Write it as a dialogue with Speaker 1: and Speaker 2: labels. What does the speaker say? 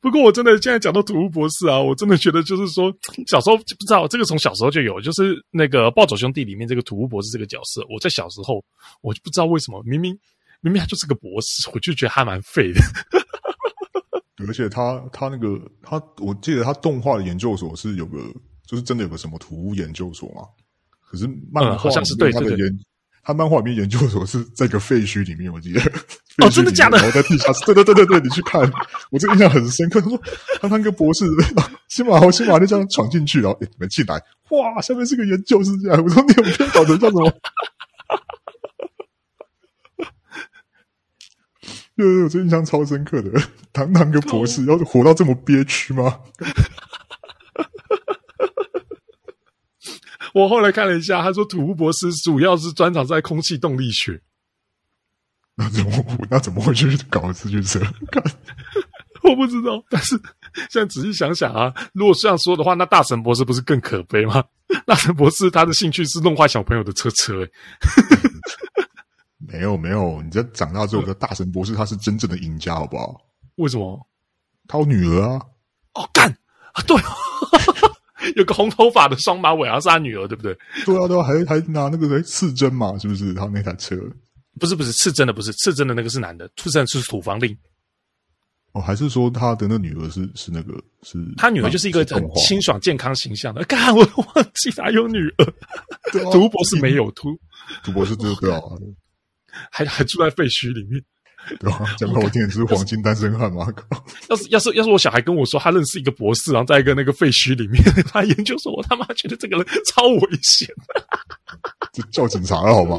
Speaker 1: 不过我真的现在讲到土屋博士啊，我真的觉得就是说，小时候不知道这个从小时候就有，就是那个《暴走兄弟》里面这个土屋博士这个角色，我在小时候我就不知道为什么，明明明明他就是个博士，我就觉得他蛮废的。
Speaker 2: 而且他他那个他，我记得他动画的研究所是有个，就是真的有个什么土屋研究所嘛。可是漫画、
Speaker 1: 嗯好像是对
Speaker 2: 他的
Speaker 1: 对对
Speaker 2: 研，他漫画里面研究所是在一个废墟里面，我记得。
Speaker 1: 哦
Speaker 2: 废墟
Speaker 1: 真的
Speaker 2: 里面
Speaker 1: 假的
Speaker 2: 然后在地下室，对对对对对，你去看，我这个印象很深刻。他说他那个博士， 新马豪新马就这样闯进去，然后诶你们进来，哇，下面是个研究室这样。我说你有编搞成叫什么？ 对对，对我这印象超深刻的。堂堂个博
Speaker 1: 哦
Speaker 2: 士，要活到这么憋屈吗？
Speaker 1: 我后来看了一下，他说土屋博士主要是专长在空气动力学。
Speaker 2: 那怎么那怎么会去搞自行车？看
Speaker 1: 我不知道，但是现在仔细想想啊， 如果这样说的话，那大神博士不是更可悲吗？ 大神博士他的兴趣是弄坏小朋友的车车、欸，
Speaker 2: 没有没有，你这长大之后的大神博士他是真正的赢家，好不好？
Speaker 1: 为什么？
Speaker 2: 他有女儿啊，
Speaker 1: 哦， 干啊，对，有个红头发的双马尾，好像是他女儿，对不对？
Speaker 2: 对啊对啊，还还拿那个来刺针嘛，是不是？他那台车
Speaker 1: 不是不是，是真的不是，是真的那个是男的，出生是土房令，
Speaker 2: 哦，还是说他的那女儿是是那个啊是？
Speaker 1: 他女儿就是一个
Speaker 2: 动
Speaker 1: 很
Speaker 2: 画
Speaker 1: 清爽健康形象的。 干，我都忘记他有女儿，
Speaker 2: 对啊
Speaker 1: 土屋博士没有土，
Speaker 2: 赌博是对对啊
Speaker 1: 还还住在废墟里面。
Speaker 2: 对啊，讲好听也是黄金单身汉嘛，靠
Speaker 1: 要是要是要是我小孩跟我说他认识一个博士，然后在一个那个废墟里面， 他研究说，我他妈觉得这个人超危险。
Speaker 2: 这叫警察了好吗？